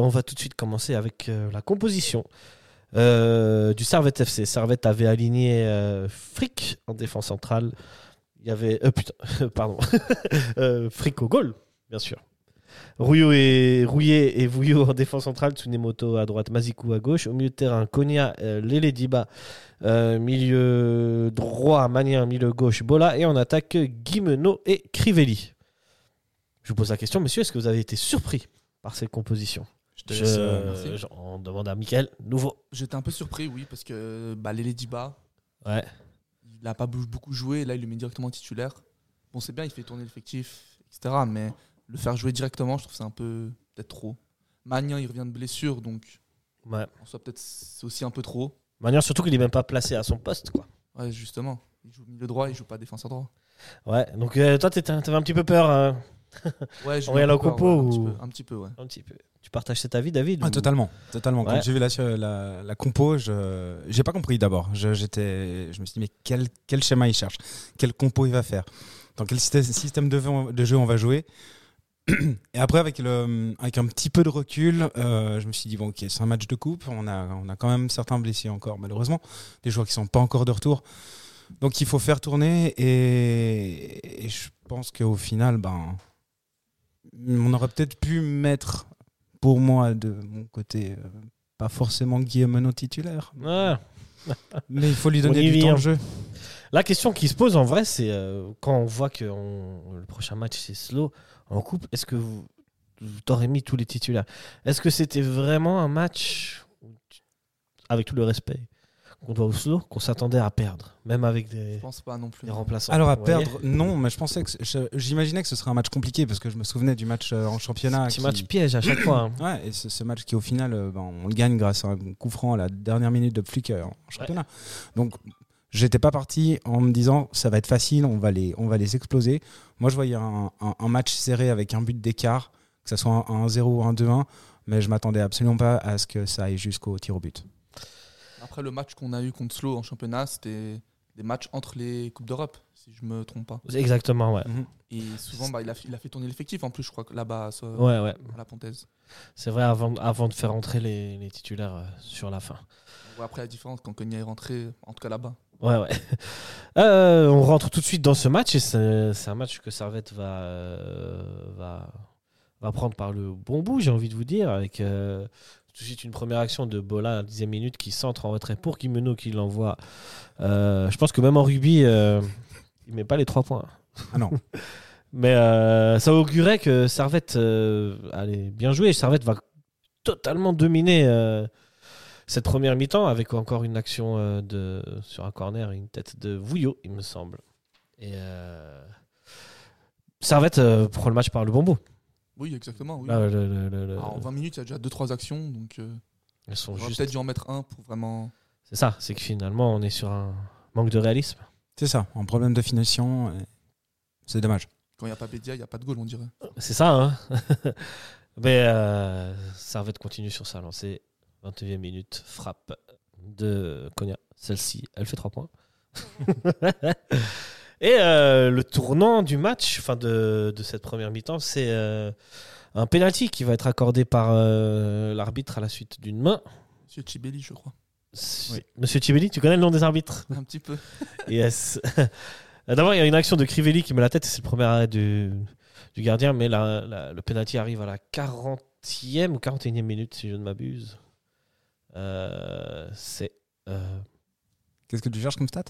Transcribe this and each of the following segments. On va tout de suite commencer avec euh, la composition euh, du Servette FC. Servette avait aligné euh, Frick en défense centrale. Il y avait. euh, putain, pardon. Euh, Frick au goal, bien sûr. Rouillot et, Rouillet et Vouillot en défense centrale. Tsunemoto à droite, Mazikou à gauche. Au milieu de terrain, Konya, euh, Lele Diba. Euh, milieu droit, Manien. Milieu gauche, Bola. Et en attaque, Guimeno et Crivelli. Je vous pose la question, messieurs, est-ce que vous avez été surpris par cette composition Je te je, laisse, euh, merci. je- on demande à Mickaël, nouveau. J'étais un peu surpris, oui, parce que bah, Lélé Diba, Ouais. il n'a pas bou- beaucoup joué, et là, il le met directement titulaire. Bon, c'est bien, il fait tourner l'effectif, etc. Mais le faire jouer directement, je trouve que c'est un peu peut-être trop. Magnan, il revient de blessure, donc ouais. en soi, peut-être c'est aussi un peu trop. Manière surtout qu'il est même pas placé à son poste, quoi. Ouais, justement. Il joue milieu droit, il joue pas défenseur droit. Ouais. Donc euh, toi, t'étais- t'avais un petit peu peur, hein, Ouais, j'ai Aurélien eu un peu peur, Okopo ouais, un, ou- petit peu, un petit peu, ouais. un petit peu. Tu partages cet avis, David Ah, ou- totalement, totalement. Quand Ouais. j'ai vu la, la, la compo, je j'ai pas compris d'abord. Je, j'étais- je me suis dit, mais quel, quel schéma il cherche Quel compo il va faire Dans quel systè- système de, veu- de jeu on va jouer Et après, avec, le, avec un petit peu de recul, euh, je me suis dit, bon, ok, c'est un match de coupe. On a, on a quand même certains blessés encore, malheureusement. Des joueurs qui sont pas encore de retour. Donc il faut faire tourner. Et, et je pense qu'au final, ben, on aurait peut-être pu mettre pour moi, de mon côté, euh, pas forcément Guillaume non titulaire, Ouais. mais il faut On lui y donner du vient. temps de jeu. La question qui se pose en vrai, c'est euh, quand on voit que on- le prochain match c'est slow en coupe, est-ce que vous, vous t'aurez mis tous les titulaires Est-ce que c'était vraiment un match où tu- avec tout le respect qu'on doit au slow, qu'on s'attendait à perdre, même avec Je des, pense pas non plus. des remplaçants Alors à vous voyez perdre, non, mais je pensais que je- j'imaginais que ce serait un match compliqué parce que je me souvenais du match euh, en championnat. Petit qui- match piège à chaque fois. hein. Ouais, et ce, ce match qui au final, euh, ben, on le gagne grâce à un coup franc à la dernière minute de Flick euh, en championnat. Donc j'étais pas parti en me disant ça va être facile, on va les, on va les exploser. Moi je voyais un, un- un match serré avec un but d'écart, que ce soit un, un 0 ou un 2-1, mais je m'attendais absolument pas à ce que ça aille jusqu'au tir au but. Après, le match qu'on a eu contre Slow en championnat, c'était des matchs entre les Coupes d'Europe, si je me trompe pas. Exactement, ouais. Et souvent, bah, il, a, il a fait tourner l'effectif en plus, je crois, que là-bas, à, ce- Ouais, ouais. à la Pontaise. C'est vrai, avant, avant de faire entrer les, les titulaires euh, sur la fin. On voit après la différence quand Konya est rentré, en tout cas là-bas. Ouais, ouais. Euh, on rentre tout de suite dans ce match et c'est c'est un match que Servette va, euh, va, va prendre par le bon bout, j'ai envie de vous dire, avec euh, tout de suite une première action de Bola à la dixième minute qui centre en retrait pour Kimeno qui l'envoie. Euh, je pense que même en rugby, euh, il met pas les trois points. Ah non. Mais euh, ça augurait que Servette euh, allait bien jouer. Servette va totalement dominer euh, cette première mi-temps avec encore une action euh, de, sur un corner, une tête de Vouillot, il me semble. Et euh, Servette euh, prend le match par le bon bout. Oui, exactement. Oui. Là, le- le- le- le- Alors, en 20 minutes, il y a déjà 2-3 actions, donc euh, Ils sont on va juste. peut-être dû en mettre un pour vraiment. C'est ça, c'est que finalement on est sur un manque de réalisme. C'est ça, un problème de finition, euh, c'est dommage. Quand il n'y a pas Bédia, il n'y a pas de goal, on dirait. C'est ça, hein Mais euh, Servette continue sur sa lancée. 29e minute, frappe de Konya. Celle-ci, elle fait 3 points. Et euh, le tournant du match, enfin de, de cette première mi-temps, c'est euh, un penalty qui va être accordé par euh, l'arbitre à la suite d'une main. Monsieur Chibeli, je crois. C'est- Monsieur Tibelli, tu connais le nom des arbitres Un petit peu. Yes. Euh, D'abord, il y a une action de Crivelli qui met la tête, c'est le premier arrêt du, du gardien, mais la- la- le penalty arrive à la 40e ou 41e minute, si je ne m'abuse. Euh, c'est. euh, Qu'est-ce que tu cherches comme stat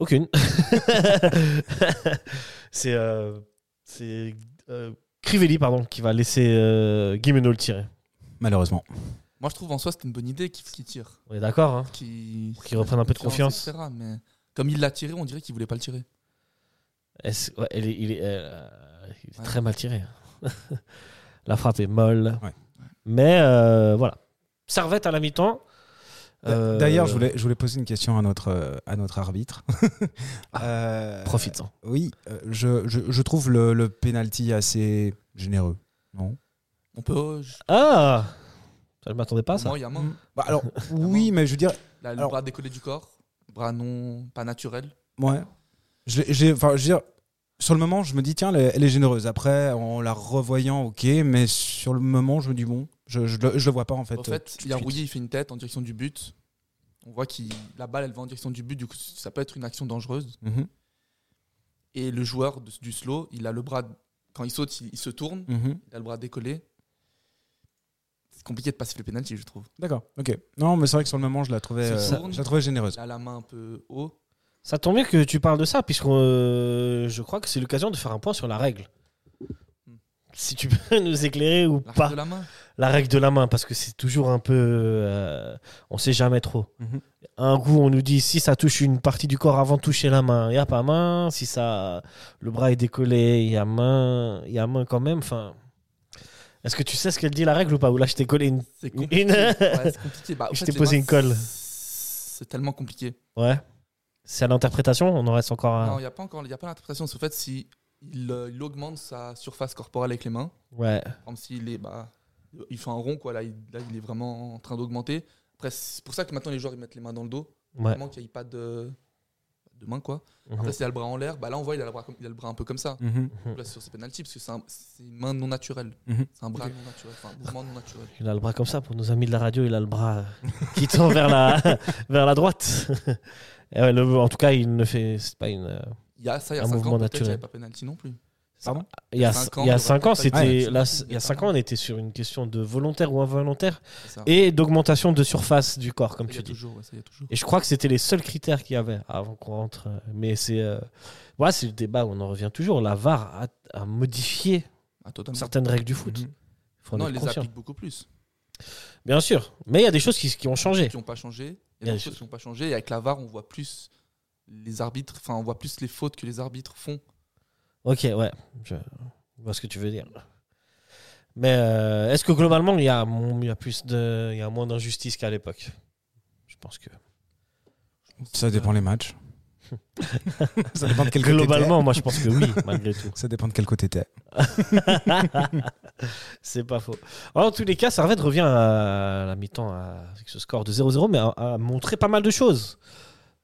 aucune. c'est. euh, c'est. euh, Crivelli, pardon, qui va laisser euh, Guimeno le tirer. Malheureusement. Moi, je trouve en soi, c'était une bonne idée qu'il qu'il tire. On est d'accord, hein Qu'il Pour qu'il reprenne un peu de confiance. etc., mais comme il l'a tiré, on dirait qu'il voulait pas le tirer. Est-ce- ouais, il est, il est, euh, il est Ouais. très mal tiré. la frappe est molle. Ouais. Mais euh, voilà. Servette à la mi-temps. Euh, D'ailleurs, je voulais, je voulais poser une question à notre, euh, à notre arbitre. Ah, Euh, Profite-en. Oui, euh, je, je- je trouve le, le penalty assez généreux. Non On peut. euh, je- Ah Ça, Je m'attendais pas à pour ça. moi, Ah, il y a main. Bah, Alors, oui, mais je veux dire, Là, le Alors- bras décollé du corps, bras non pas naturel. ouais. Je l'ai- j'ai- enfin, je veux dire, sur le moment, je me dis, tiens, elle, est- elle est généreuse. Après, en la revoyant, ok, mais sur le moment, je me dis, bon, Je, je, le, je le vois pas en fait. En euh, fait, tout de il y a suite. Rouillet, il fait une tête en direction du but. On voit que la balle, elle va en direction du but. Du coup, ça peut être une action dangereuse. Mhm, Et le joueur de- du slow, il a le bras. Quand il saute, il, il se tourne. mhm. Il a le bras décollé. C'est compliqué de passer le penalty, je trouve. D'accord, ok. Non, mais c'est vrai que sur le moment, je la trouvais, C'est euh, ça. je la trouvais généreuse. Il a la main un peu haut. Ça tombe bien que tu parles de ça, puisque euh, je crois que c'est l'occasion de faire un point sur la règle. Hmm. Si tu peux nous éclairer ou L'arc pas de la main. la règle de la main, parce que c'est toujours un peu. euh, on sait jamais trop. Mhm. Un coup, on nous dit si ça touche une partie du corps avant de toucher la main, il n'y a pas main. Si ça, le bras est décollé, il y a main, il y a main quand même. Enfin, est-ce que tu sais ce qu'elle dit la règle ou pas Ou là, je t'ai collé une. C'est compliqué. Une- Ouais, c'est compliqué. Bah, en Je fait, t'ai les posé mains, une colle. C'est tellement compliqué. Ouais. C'est à l'interprétation. On en reste encore à. Non, il n'y a pas encore il y a pas l'interprétation. C'est au fait si il, euh, il augmente sa surface corporelle avec les mains, Ouais. comme s'il est bah, il fait un rond quoi là, il, là, il est vraiment en train d'augmenter. Après c'est pour ça que maintenant les joueurs ils mettent les mains dans le dos, Ouais. vraiment qu'il n'y ait pas de de main quoi. Mhm. Après s'il a le bras en l'air, bah là on voit il a le bras comme- il a le bras un peu comme Mm. ça. Mhm. Là, c'est sur ses penalties parce que c'est un- c'est une main non naturelle. Mm-hmm. Mhm. C'est un bras non naturel, enfin un mouvement non naturel. Il a le bras comme ça pour nos amis de la radio. Il a le bras euh, qui tend vers la vers la droite. Et ouais, le- en tout cas, il ne fait c'est pas une. euh, Il y a ça il y a Un 5 mouvement ans peut-être, il n'y naturel. avait pas penalty non plus. Pardon Il y a cinq 5 ans, ans, il y a on cinq aurait ans, pas eu c'était ça. là, c- il y Mais a cinq pas ans, mal. on était sur une question de volontaire ou involontaire C'est ça. et d'augmentation de surface du corps, comme Ça, il y a tu dis. toujours, ouais, ça, il y a toujours. Et je crois que c'était les seuls critères qu'il y avait avant qu'on rentre. euh, Mais c'est, euh, voilà, c'est le débat où on en revient toujours. La VAR a, a modifié Ah, totalement. certaines règles du foot. Mhm. Faut en Mmh. non, être elle les conscient. applique beaucoup plus. Bien sûr. Mais il y a des choses qui, qui ont changé. qui n'ont pas changé. Il y Bien a des sûr. choses qui n'ont pas changé. Et avec la VAR, on voit plus les arbitres, enfin, on voit plus les fautes que les arbitres font. Ok, ouais. Je vois ce que tu veux dire. Mais euh, est-ce que globalement, il y a, mon- il y a plus de, il y a moins d'injustice qu'à l'époque Je pense que. Ça dépend les matchs. ça dépend de quel côté Globalement, moi, je pense que oui, malgré tout. t'es. Ça dépend de quel côté t'es. C'est pas faux. En tous les cas, Servette revient à la mi-temps à- avec ce score de 0-0, mais a, a montré pas mal de choses.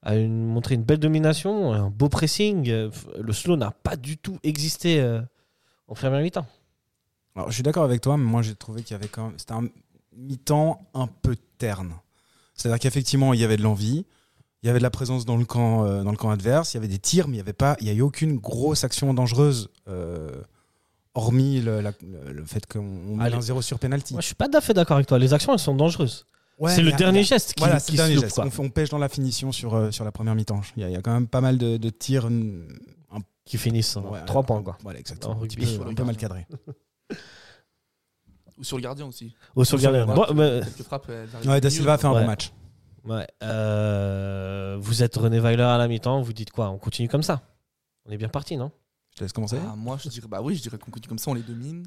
A une, montré une belle domination, un beau pressing. Euh, f- Le slow n'a pas du tout existé euh, en première mi-temps. Alors, je suis d'accord avec toi, mais moi j'ai trouvé qu'il y avait quand même. C'était un mi-temps un peu terne. C'est-à-dire qu'effectivement, il y avait de l'envie, il y avait de la présence dans le camp, euh, dans le camp adverse, il y avait des tirs, mais il n'y avait pas, il y a eu aucune grosse action dangereuse, euh, hormis le, la- le- le fait qu'on on mène Allez. un 0 sur penalty. Moi, je suis pas tout à fait d'accord avec toi. Les actions, elles sont dangereuses. Ouais, c'est il le y a- dernier il y a- geste qui, Voilà, qui c'est le se dernier loupe, geste. quoi. On, fait- on pêche dans la finition sur, euh, sur la première mi-temps. Il y, a- il y a quand même pas mal de, de tirs. hum, un- Qui finissent en ouais, 3 un- points, quoi. Voilà, exactement. En Un petit rugby. peu- un peu mal cadré. Ou sur le gardien aussi. Au sauvegarde. Quelques Bon, frappes, mais- quelques frappes, elles arrivent Ouais, Da mieux. Silva a fait un Ouais. bon match. Ouais, euh, vous êtes René Weiler à la mi-temps, vous dites quoi On continue comme ça On est bien parti, non Je te laisse commencer. Ah, moi, je dirais, bah oui, je dirais qu'on continue comme ça, on les domine.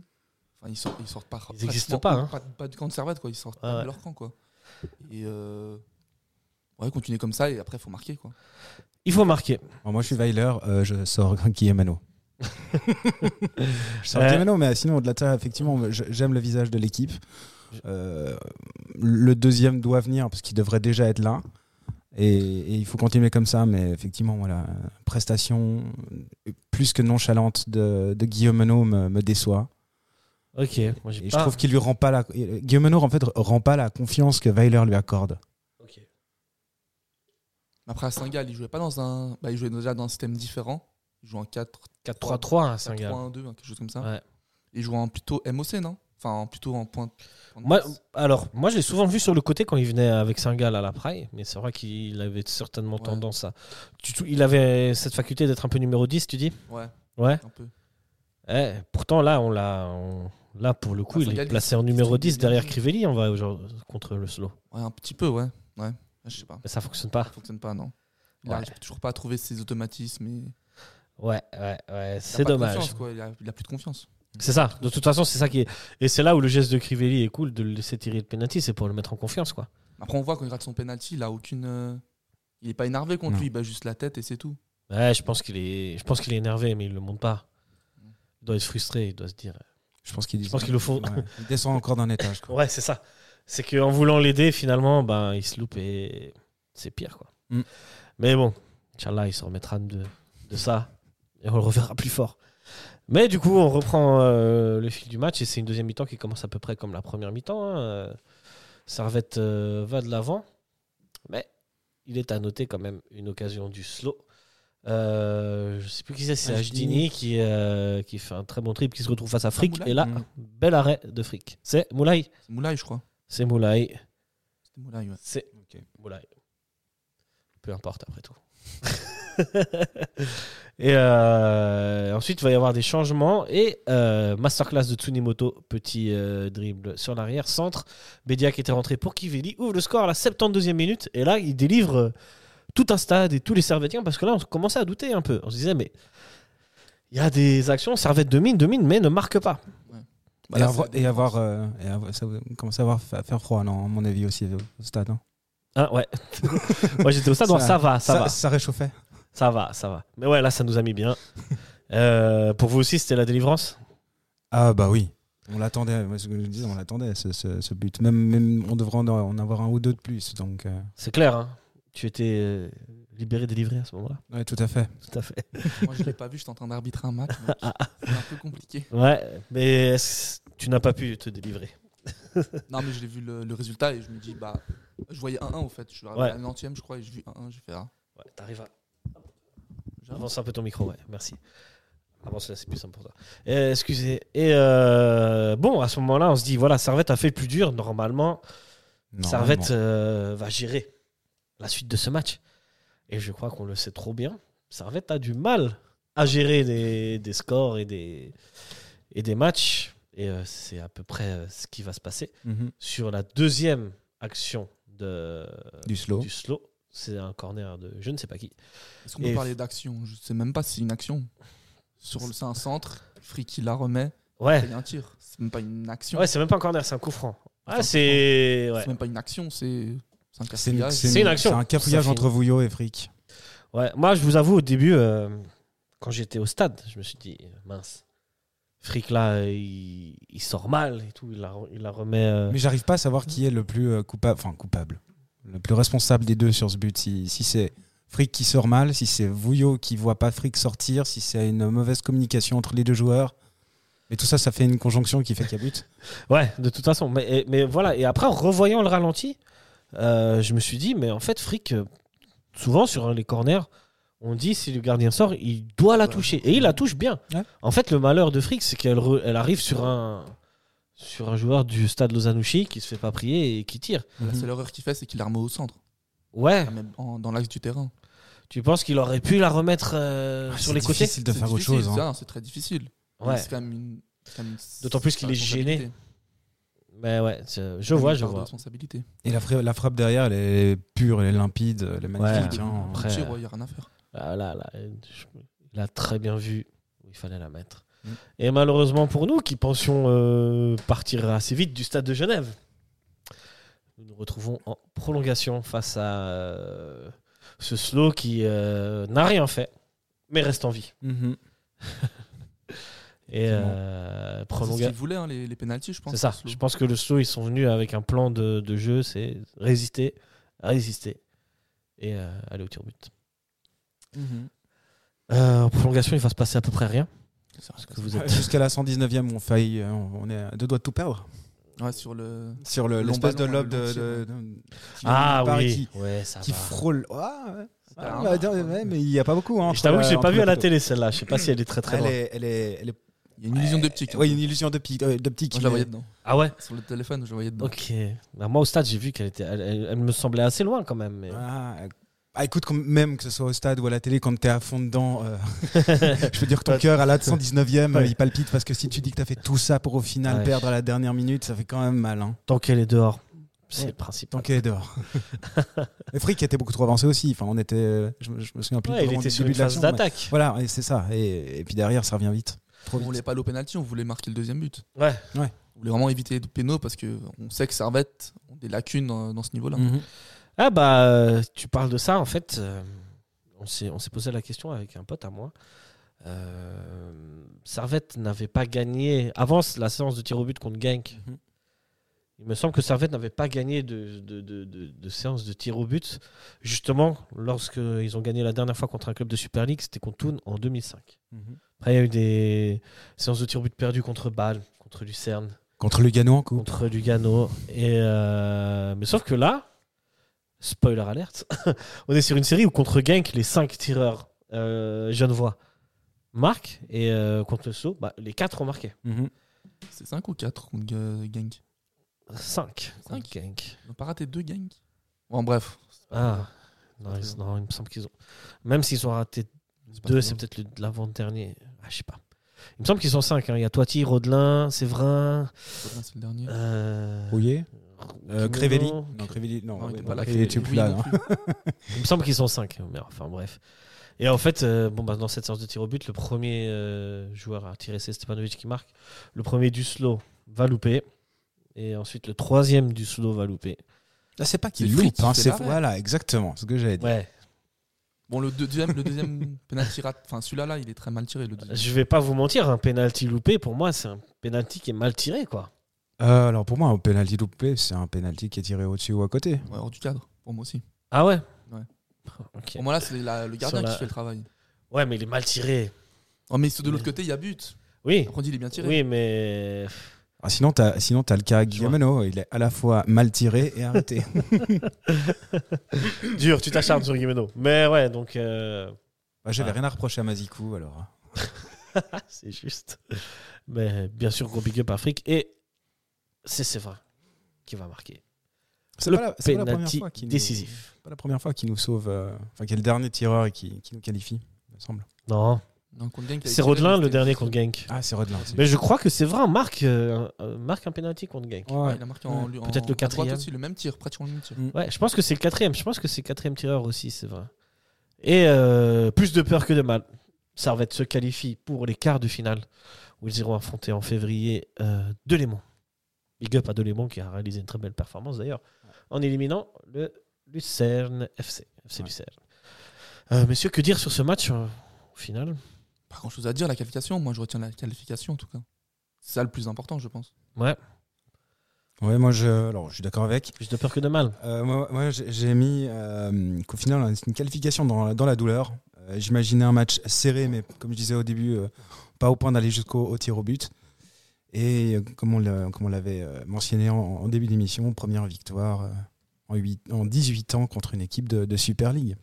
Enfin, ils sortent, ils sortent pas. Ils existent pratiquement pas, hein. Pas, pas du camp de Servette, quoi. Ils sortent Ah pas ouais. de leur camp, quoi. Et euh, ouais, continuer comme ça, et après, faut marquer, quoi. Il faut marquer. Bon, moi, je suis Weiler, euh, je sors Guillemano. je sors Ouais. Guillemano, mais sinon, au-delà de ça, effectivement, je- j'aime le visage de l'équipe. Euh, le deuxième doit venir parce qu'il devrait déjà être là. Et, et il faut continuer comme ça, mais effectivement, voilà, prestation plus que nonchalante de, de Guillemeno me, me déçoit. Ok, moi j'ai Et pas- je trouve qu'il lui rend pas la Guillemeno en fait rend pas la confiance que Weiler lui accorde. Ok. Mais Après, à Saint-Gall, ils jouaient pas dans un. Bah, ils jouaient déjà dans un système différent. Ils jouaient en 4, 4-3-3 à Saint-Gall. 4-3-1-2, hein, quelque chose comme ça. Ouais. Ils jouaient en plutôt MOC, non Enfin, en- plutôt en pointe. pointe Moi, basse. alors, moi, je l'ai souvent vu sur le côté quand il venait avec Saint-Gall à la praille, mais c'est vrai qu'il avait certainement Ouais. tendance à. Du tout, il avait cette faculté d'être un peu numéro 10, tu dis Ouais, Ouais. un peu. Eh, pourtant, là, on l'a. on- Là, pour le coup, il Ah, est Saint-Gall, placé il- en il numéro distribue 10 bien. derrière Crivelli, on va aujourd'hui contre le slow. Ouais, un petit peu, ouais. Ouais, je sais pas. Mais ça fonctionne pas. Ça fonctionne pas, non. Il Ouais. arrive toujours pas à trouver ses automatismes. et- Ouais, ouais, ouais, il a c'est pas de dommage. confiance, quoi. Il, a, il a plus de confiance. C'est ça. De toute façon, c'est ça qui est. Et c'est là où le geste de Crivelli est cool de le laisser tirer le penalty, c'est pour le mettre en confiance, quoi. Après, on voit quand il rate son penalty, il a aucune. euh, Il est pas énervé contre Non. lui, il bat juste la tête et c'est tout. Ouais, je pense qu'il est, je pense qu'il est énervé, mais il le montre pas. Il doit être frustré, il doit se dire. Je pense qu'il Je pense qu'il le faut. Ouais, il descend encore d'un étage. quoi. Ouais, c'est ça. C'est qu'en voulant l'aider, finalement, ben, il se loupe et c'est pire, quoi. Mm. Mais bon, Inch'Allah, il se remettra de, de ça et on le reverra plus fort. Mais du coup, on reprend euh, le fil du match et c'est une deuxième mi-temps qui commence à peu près comme la première mi-temps. hein. Euh, Servette euh, va de l'avant, mais il est à noter quand même une occasion du slow. Euh, je sais plus qui c'est, c'est Ajdini. Ajdini qui, euh, qui fait un très bon trip, qui se retrouve face à Frick. Moulay Et là, Mm. bel arrêt de Frick. C'est Moulay C'est Moulay, je crois. C'est Moulay. C'était Moulay, ouais. C'est Ok. Moulay. Peu importe après tout. et euh, ensuite, il va y avoir des changements et euh, masterclass de Tsunimoto, petit euh, dribble sur l'arrière, centre. Bedia qui était rentré pour Kiveli ouvre le score à la 72e minute et là, il délivre euh, tout un stade et tous les Servettiens parce que là, on commençait à douter un peu. On se disait, mais il y a des actions, Servette domine, domine, mais ne marque pas. Bah et, là, avoir, c'est- et avoir, euh, et avoir- ça commence à avoir fa- faire froid, non, à mon avis aussi au au stade. hein. Hein, ouais. Moi, j'étais au stade, ça, ça va, ça, va. réchauffait. Ça va, ça va. Mais ouais, là, ça nous a mis bien. Euh, pour vous aussi, c'était la délivrance Ah bah oui. On l'attendait, moi, ce que je disais, on l'attendait ce, ce- ce but. Même, même on devrait en, en avoir un ou deux de plus. Donc, euh, C'est clair, hein Tu étais euh, libéré, délivré à ce moment-là ouais, tout à fait. Tout à fait. Moi, je l'ai pas vu, j'étais en train d'arbitrer un match. donc C'est un peu compliqué. Ouais, mais est-ce- tu n'as pas pu te délivrer. Non, mais je l'ai vu le, le résultat et je me dis, bah, je voyais 1-1 au fait. Je suis arrivé Ouais. à la 90 je crois, et j'ai vu 1-1, j'ai fait ah, Ouais, t'arrives à... j'avance. Avance un peu ton micro, ouais, merci. Avance là, c'est plus simple pour toi. Euh, excusez. Et euh, bon, à ce moment-là, on se dit, voilà, Servette a fait le plus dur. Normalement, Servette euh, va gérer la suite de ce match. Et je crois qu'on le sait trop bien. Servette a du mal à gérer des, des scores et des, et des matchs. Et euh, c'est à peu près euh, ce qui va se passer. Mhm. Sur la deuxième action de, Du slow. du slow, c'est un corner de je ne sais pas qui. Est-ce qu'on Et- peut parler d'action Je sais même pas si c'est une action. Sur le, c'est un centre, Friki la remet, Ouais, il y a un tir. C'est même pas une action. ouais c'est même pas un corner, c'est un coup franc. C'est Ouais, un c'est. C'est Ouais. même pas une action, c'est c'est un C'est une, casse-gueule. C'est une action. C'est un cafouillage Ça fait- entre Vouillot et Frick. Ouais, moi, je vous avoue, au début, euh, quand j'étais au stade, je me suis dit, mince, Frick, là, euh, il, il sort mal et tout, il la, re- il la remet. euh, Mais j'arrive pas à savoir qui est le plus euh, coupable, enfin coupable, le plus responsable des deux sur ce but. Si, si c'est Frick qui sort mal, si c'est Vouillot qui voit pas Frick sortir, si c'est une mauvaise communication entre les deux joueurs. Mais tout ça, ça fait une conjonction qui fait qu'il y a but. Ouais, de toute façon. Mais, et- mais voilà, et après, en revoyant le ralenti, euh, je me suis dit, mais en fait, Frick, euh, souvent sur les corners, on dit si le gardien sort, il doit la Ouais. toucher. Et il la touche bien. Ouais. En fait, le malheur de Frick, c'est qu'elle re- elle arrive sur un, sur un joueur du stade Lozanouchi qui se fait pas prier et qui tire. La seule erreur qu'il fait, c'est qu'il la remet au centre, Ouais, la met en- dans l'axe du terrain. tu penses qu'il aurait pu la remettre euh, Ah, sur c'est les côtés difficile de C'est faire autre difficile, chose. hein. ça, C'est très difficile. Mais Ouais. c'est quand même une- c'est quand même une D'autant plus qu'il est gêné. responsabilité. Mais Ben ouais, c'est- je Quand vois, il je parle de vois. responsabilité. Et la, fra- la frappe derrière, elle est pure, elle est limpide, elle est magnifique. Ouais. hein. Après- euh, Tir, ouais, y a rien à faire. Ah, là, là, je- il a très bien vu où il fallait la mettre. Mm. Et malheureusement pour nous, qui pensions euh, partir assez vite du stade de Genève, nous nous retrouvons en prolongation face à euh, ce slow qui euh, n'a rien fait, mais reste en vie. Mhm. Et Effectivement. euh, C'est ce prolonga- qu'ils voulaient, hein, les, les pénalties, je pense. C'est ça. Oslo. Je pense que le slow, ils sont venus avec un plan de, de jeu, c'est résister, résister et euh, aller au tir but. Mhm. Euh, en prolongation, il va se passer à peu près rien. C'est vrai Parce que que vous Ouais, êtes Jusqu'à la 119e, on, faillit, euh, on on est à deux doigts de tout perdre. Ouais, sur le. Sur le- Long l'espèce de ballon, lobe de. le long de- tir. de- qui Ah bah. part et oui, Qui, ouais, ça qui va. frôle. Ah, ouais. Ah, Ah, bah, attends, ouais, mais il n'y a pas beaucoup. hein, Je entre t'avoue la- que j'ai entre pas vu le à la poteau. télé celle-là. Je sais pas si elle est très très Elle loin. est, elle est, elle est- Il y a une illusion d'optique. hein. ouais, une illusion d'optique. euh, d'optique, Moi, je la mais- voyais dedans. Ah ouais. Sur le téléphone, je la voyais dedans. Ok. Bah, moi au stade j'ai vu qu'elle était. Elle, elle- elle me semblait assez loin quand même. mais- Ah, euh, ah, écoute, quand même que ce soit au stade ou à la télé, quand t'es à fond dedans, euh, je veux dire, ton cœur à la 119e, euh, Ouais. il palpite parce que si tu dis que t'as fait tout ça pour au final Ouais. perdre à la dernière minute, ça fait quand même mal. Hein. Tant qu'elle est dehors, c'est Ouais. le principe. Tant qu'il est dehors. Le fric était beaucoup trop avancé aussi. Enfin, on était, euh, je, me- je me souviens plus Ouais, il vraiment était du sur début une de l'action, phase mais- d'attaque. Voilà, et c'est ça. Et, et puis derrière, ça revient vite. Trop on vite. voulait pas aller au pénalty, on voulait marquer le deuxième but. Ouais. On voulait vraiment éviter les pénaux parce que on sait que Servette ont des lacunes dans, dans ce niveau-là. Mhm. Ah bah euh, tu parles de ça en fait. euh, on s'est on s'est posé la question avec un pote à moi. Euh, Servette n'avait pas gagné avant la séance de tir au but contre Genk. Il me semble que Servette n'avait pas gagné de, de, de- de- de séance de tir au but, justement, lorsqu'ils ont gagné la dernière fois contre un club de Super League, c'était contre Thun en 2005. Après, il y a eu des séances de tir au but perdues contre Bâle, contre Lucerne, Contre Lugano en coupe. contre Lugano. Et euh, Mais sauf que là, spoiler alerte, on est sur une série où contre Genk, les 5 tireurs euh, genevois marquent, et euh, contre le Sceau, bah, les 4 ont marqué. Mhm. C'est 5 ou 4 contre Ga- Genk 5 contre Cinq. Genk. Ils n'ont pas raté 2 Genk Bon, bref. Ah, non, Pas ils- très bon. non, il me semble qu'ils ont. Même s'ils ont raté pas deux, très c'est bon. peut-être le- l'avant-dernier. Ah, je sais pas. Il me semble qu'ils sont cinq. hein. Il y a Toiti, Rodelin, Séverin. Rodin, C'est le dernier. euh, Rouillé. Kimono. Euh, Ah Crivelli. Non, Crivelli, non, Non, il ouais, était non, pas là. Crivelli était plus Oui, là. non hein. non. plus. Il me semble qu'ils sont cinq. Mais enfin, bref. Et en fait, euh, bon, bah, dans cette séance de tir au but, le premier euh, joueur à tirer, c'est Stepanovic qui marque. Le premier du slow va louper. Et ensuite, le troisième du slow va louper. Là, c'est pas qu'il C'est loupe. Fritz hein, qui fait c'est- l'arrêt. voilà, exactement ce que j'avais dit. Ouais. Bon, le deuxième, le deuxième penalty rate, enfin celui-là, là, il est très mal tiré. Le deuxième. Je vais pas vous mentir, un penalty loupé, pour moi, c'est un penalty qui est mal tiré, quoi. Euh, alors pour moi, un penalty loupé, c'est un penalty qui est tiré au-dessus ou à côté. Ouais, hors du cadre, pour moi aussi. Ah ouais Ouais. Ok. Pour moi, là, c'est la- le gardien Sur la- qui fait le travail. Ouais, mais il est mal tiré. Oh, mais de l'autre côté, il y a but. Oui. Après, on dit, il est bien tiré. Oui, mais. Ah, sinon, t'as sinon t'as le cas Je vois. Guillemeno. Il est à la fois mal tiré et arrêté. Dur, tu t'acharnes sur Guimeno. Mais ouais, donc. euh, Bah, j'avais Ouais. rien à reprocher à Mazikou alors. hein. c'est juste. Mais bien sûr, gros big up Afrique. Et c'est Séverin qui va marquer. C'est le pas la- c'est pas la première penalty fois qu'il nous- décisif. C'est pas la première fois qu'il nous sauve. euh, Enfin, qui est le dernier tireur et qui, qui nous qualifie, il me semble. Non. Non, contre Genk, il a C'est tiré, Rodelin, mais le c'était- dernier contre Genk. Ah, c'est Rodelin. c'est- Mais je crois que Séverin marque, euh, un- euh, marque un penalty contre Genk. Ouais. Ouais, il a marqué en, en- Peut-être le à droite quatrième. aussi, le même tir, pratiquement le même tir. Ouais, je pense que c'est le quatrième. Je pense que c'est le quatrième tireur aussi, c'est vrai. Et euh, plus de peur que de mal. Servette se qualifie pour les quarts de finale où ils iront affronter en février euh, Delémont. Big up à Delémont qui a réalisé une très belle performance d'ailleurs en éliminant le Lucerne FC. FC Ouais. Lucerne. Euh, messieurs, que dire sur ce match euh, au final Pas grand chose à dire, la qualification. Moi, je retiens la qualification en tout cas. C'est ça le plus important, je pense. Ouais, Ouais, moi je, alors, je suis d'accord avec. plus de peur que de mal. Euh, moi, moi, j'ai j'ai mis euh, qu'au final, on a une qualification dans, dans la douleur. Euh, J'imaginais un match serré, mais comme je disais au début, euh, pas au point d'aller jusqu'au au tir au but. Et euh, comme on l'a- comme on l'avait euh, mentionné en, en début d'émission, première victoire euh, en, huit- en 18 ans contre une équipe de, de Super League.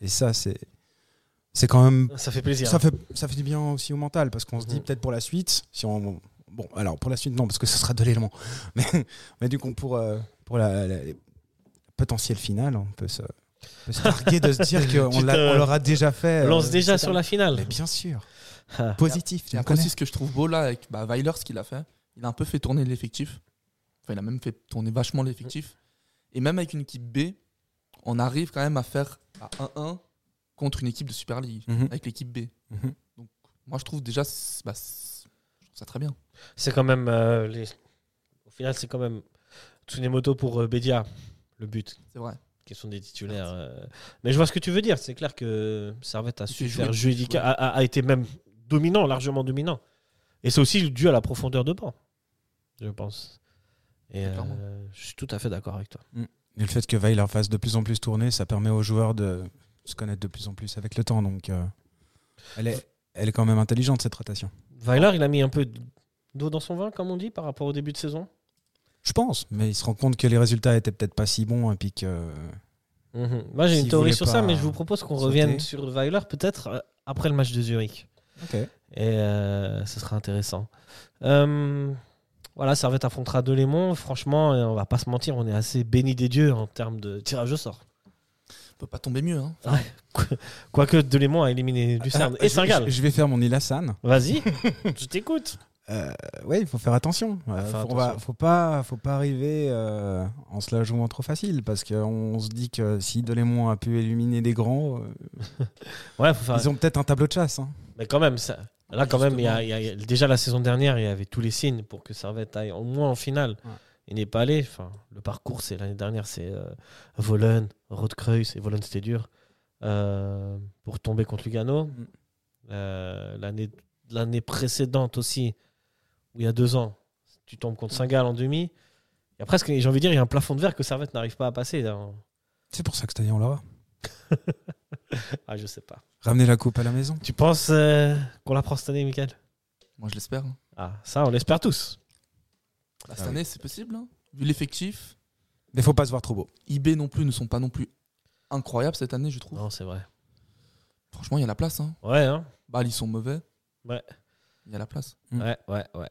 Et ça, c'est c'est quand même Eh Ça fait plaisir. ça fait, ça fait du bien aussi au mental parce qu'on se dit Mhm. peut-être pour la suite, si on. Bon, alors pour la suite, non, parce que ce sera de l'élément. Mais, mais du coup, pour, euh, pour la, la- la potentielle finale, on peut se, on peut se targuer de se dire qu'on Tu l'a- te- on l'aura déjà fait. Lance euh, déjà cette sur la année. finale. Mais bien sûr, Ah. positif, tu Et me après, connais. aussi, ce que je trouve beau là, avec bah, Weiler, ce qu'il a fait, il a un peu fait tourner l'effectif. Enfin, il a même fait tourner vachement l'effectif. Et même avec une équipe B, on arrive quand même à faire à 1-1 contre une équipe de Super League, Mhm. avec l'équipe B. Mhm. Moi, je trouve déjà, c'est- bah, c'est- je trouve ça très bien. C'est quand même. euh, les... Au final, c'est quand même Tsunemoto pour euh, Bedia, le but, C'est vrai. qui sont des titulaires. euh. Mais je vois ce que tu veux dire. C'est clair que Servette a Il su fait jouer faire le jouer plus, Dika- ouais. a, a- a été même dominant, largement dominant. Et c'est aussi dû à la profondeur de banc, je pense. Et Ouais, clairement. euh, je suis tout à fait d'accord avec toi. Et le fait que Weiler fasse de plus en plus tourner, ça permet aux joueurs de se connaître de plus en plus avec le temps. Donc, euh, elle, est, elle est quand même intelligente, cette rotation. Weiler, il a mis un peu d'eau dans son vin, comme on dit, par rapport au début de saison. Je pense, mais il se rend compte que les résultats étaient peut-être pas si bons et puis que. Mhm. Moi, j'ai S'il une théorie voulait sur ça, pas mais je vous propose qu'on sauter. revienne sur Weiler peut-être euh, après le match de Zurich. Ok. Et euh, ce sera intéressant. Euh, voilà, Servette affrontera Delémont. Franchement, euh, on va pas se mentir, on est assez béni des dieux en termes de tirage au sort. On peut pas tomber mieux. Hein. Quoique Delémont a éliminé Lucerne Ah, et je- Saint-Gall. Je, je vais faire mon Ilassane. Vas-y, je t'écoute. Euh, ouais, il faut faire attention. Euh, Faire faut, attention. on va- faut pas, faut pas arriver euh, en se la jouant trop facile parce qu'on se dit que si Delémont a pu éliminer des grands, euh, Ouais, faut faire- ils ont peut-être un tableau de chasse. hein. Mais quand même, ça... là, quand même, il y a- Justement. il y a- il y a- déjà la saison dernière, il y avait tous les signes pour que Servette aille au moins en finale. Ouais. Il n'est pas allé. Enfin, le parcours, c'est l'année dernière, c'est euh, Volen, Rotkreuz, et Volen, c'était dur. euh, pour tomber contre Lugano. Mm. Euh, l'année- L'année précédente aussi, où il y a deux ans, tu tombes contre Saint-Gall en demi. Il y a presque, j'ai envie de dire, il y a un plafond de verre que Servette n'arrive pas à passer. hein. C'est pour ça que cette année, on l'aura. Ah, je sais pas. Ramener la coupe à la maison. Tu penses euh, qu'on la prend cette année, Michael Moi, je l'espère. hein. Ah, ça, on l'espère tous. Bah, cette Ah oui. année, c'est possible. hein. Vu l'effectif, Mais faut pas se voir trop beau. IB non plus ne sont pas non plus incroyables cette année, je trouve. Non, c'est vrai. Franchement, il y a la place. Hein. Ouais, hein Bâle, ils sont mauvais. Ouais. Il y a la place. Mm. Ouais, ouais, ouais.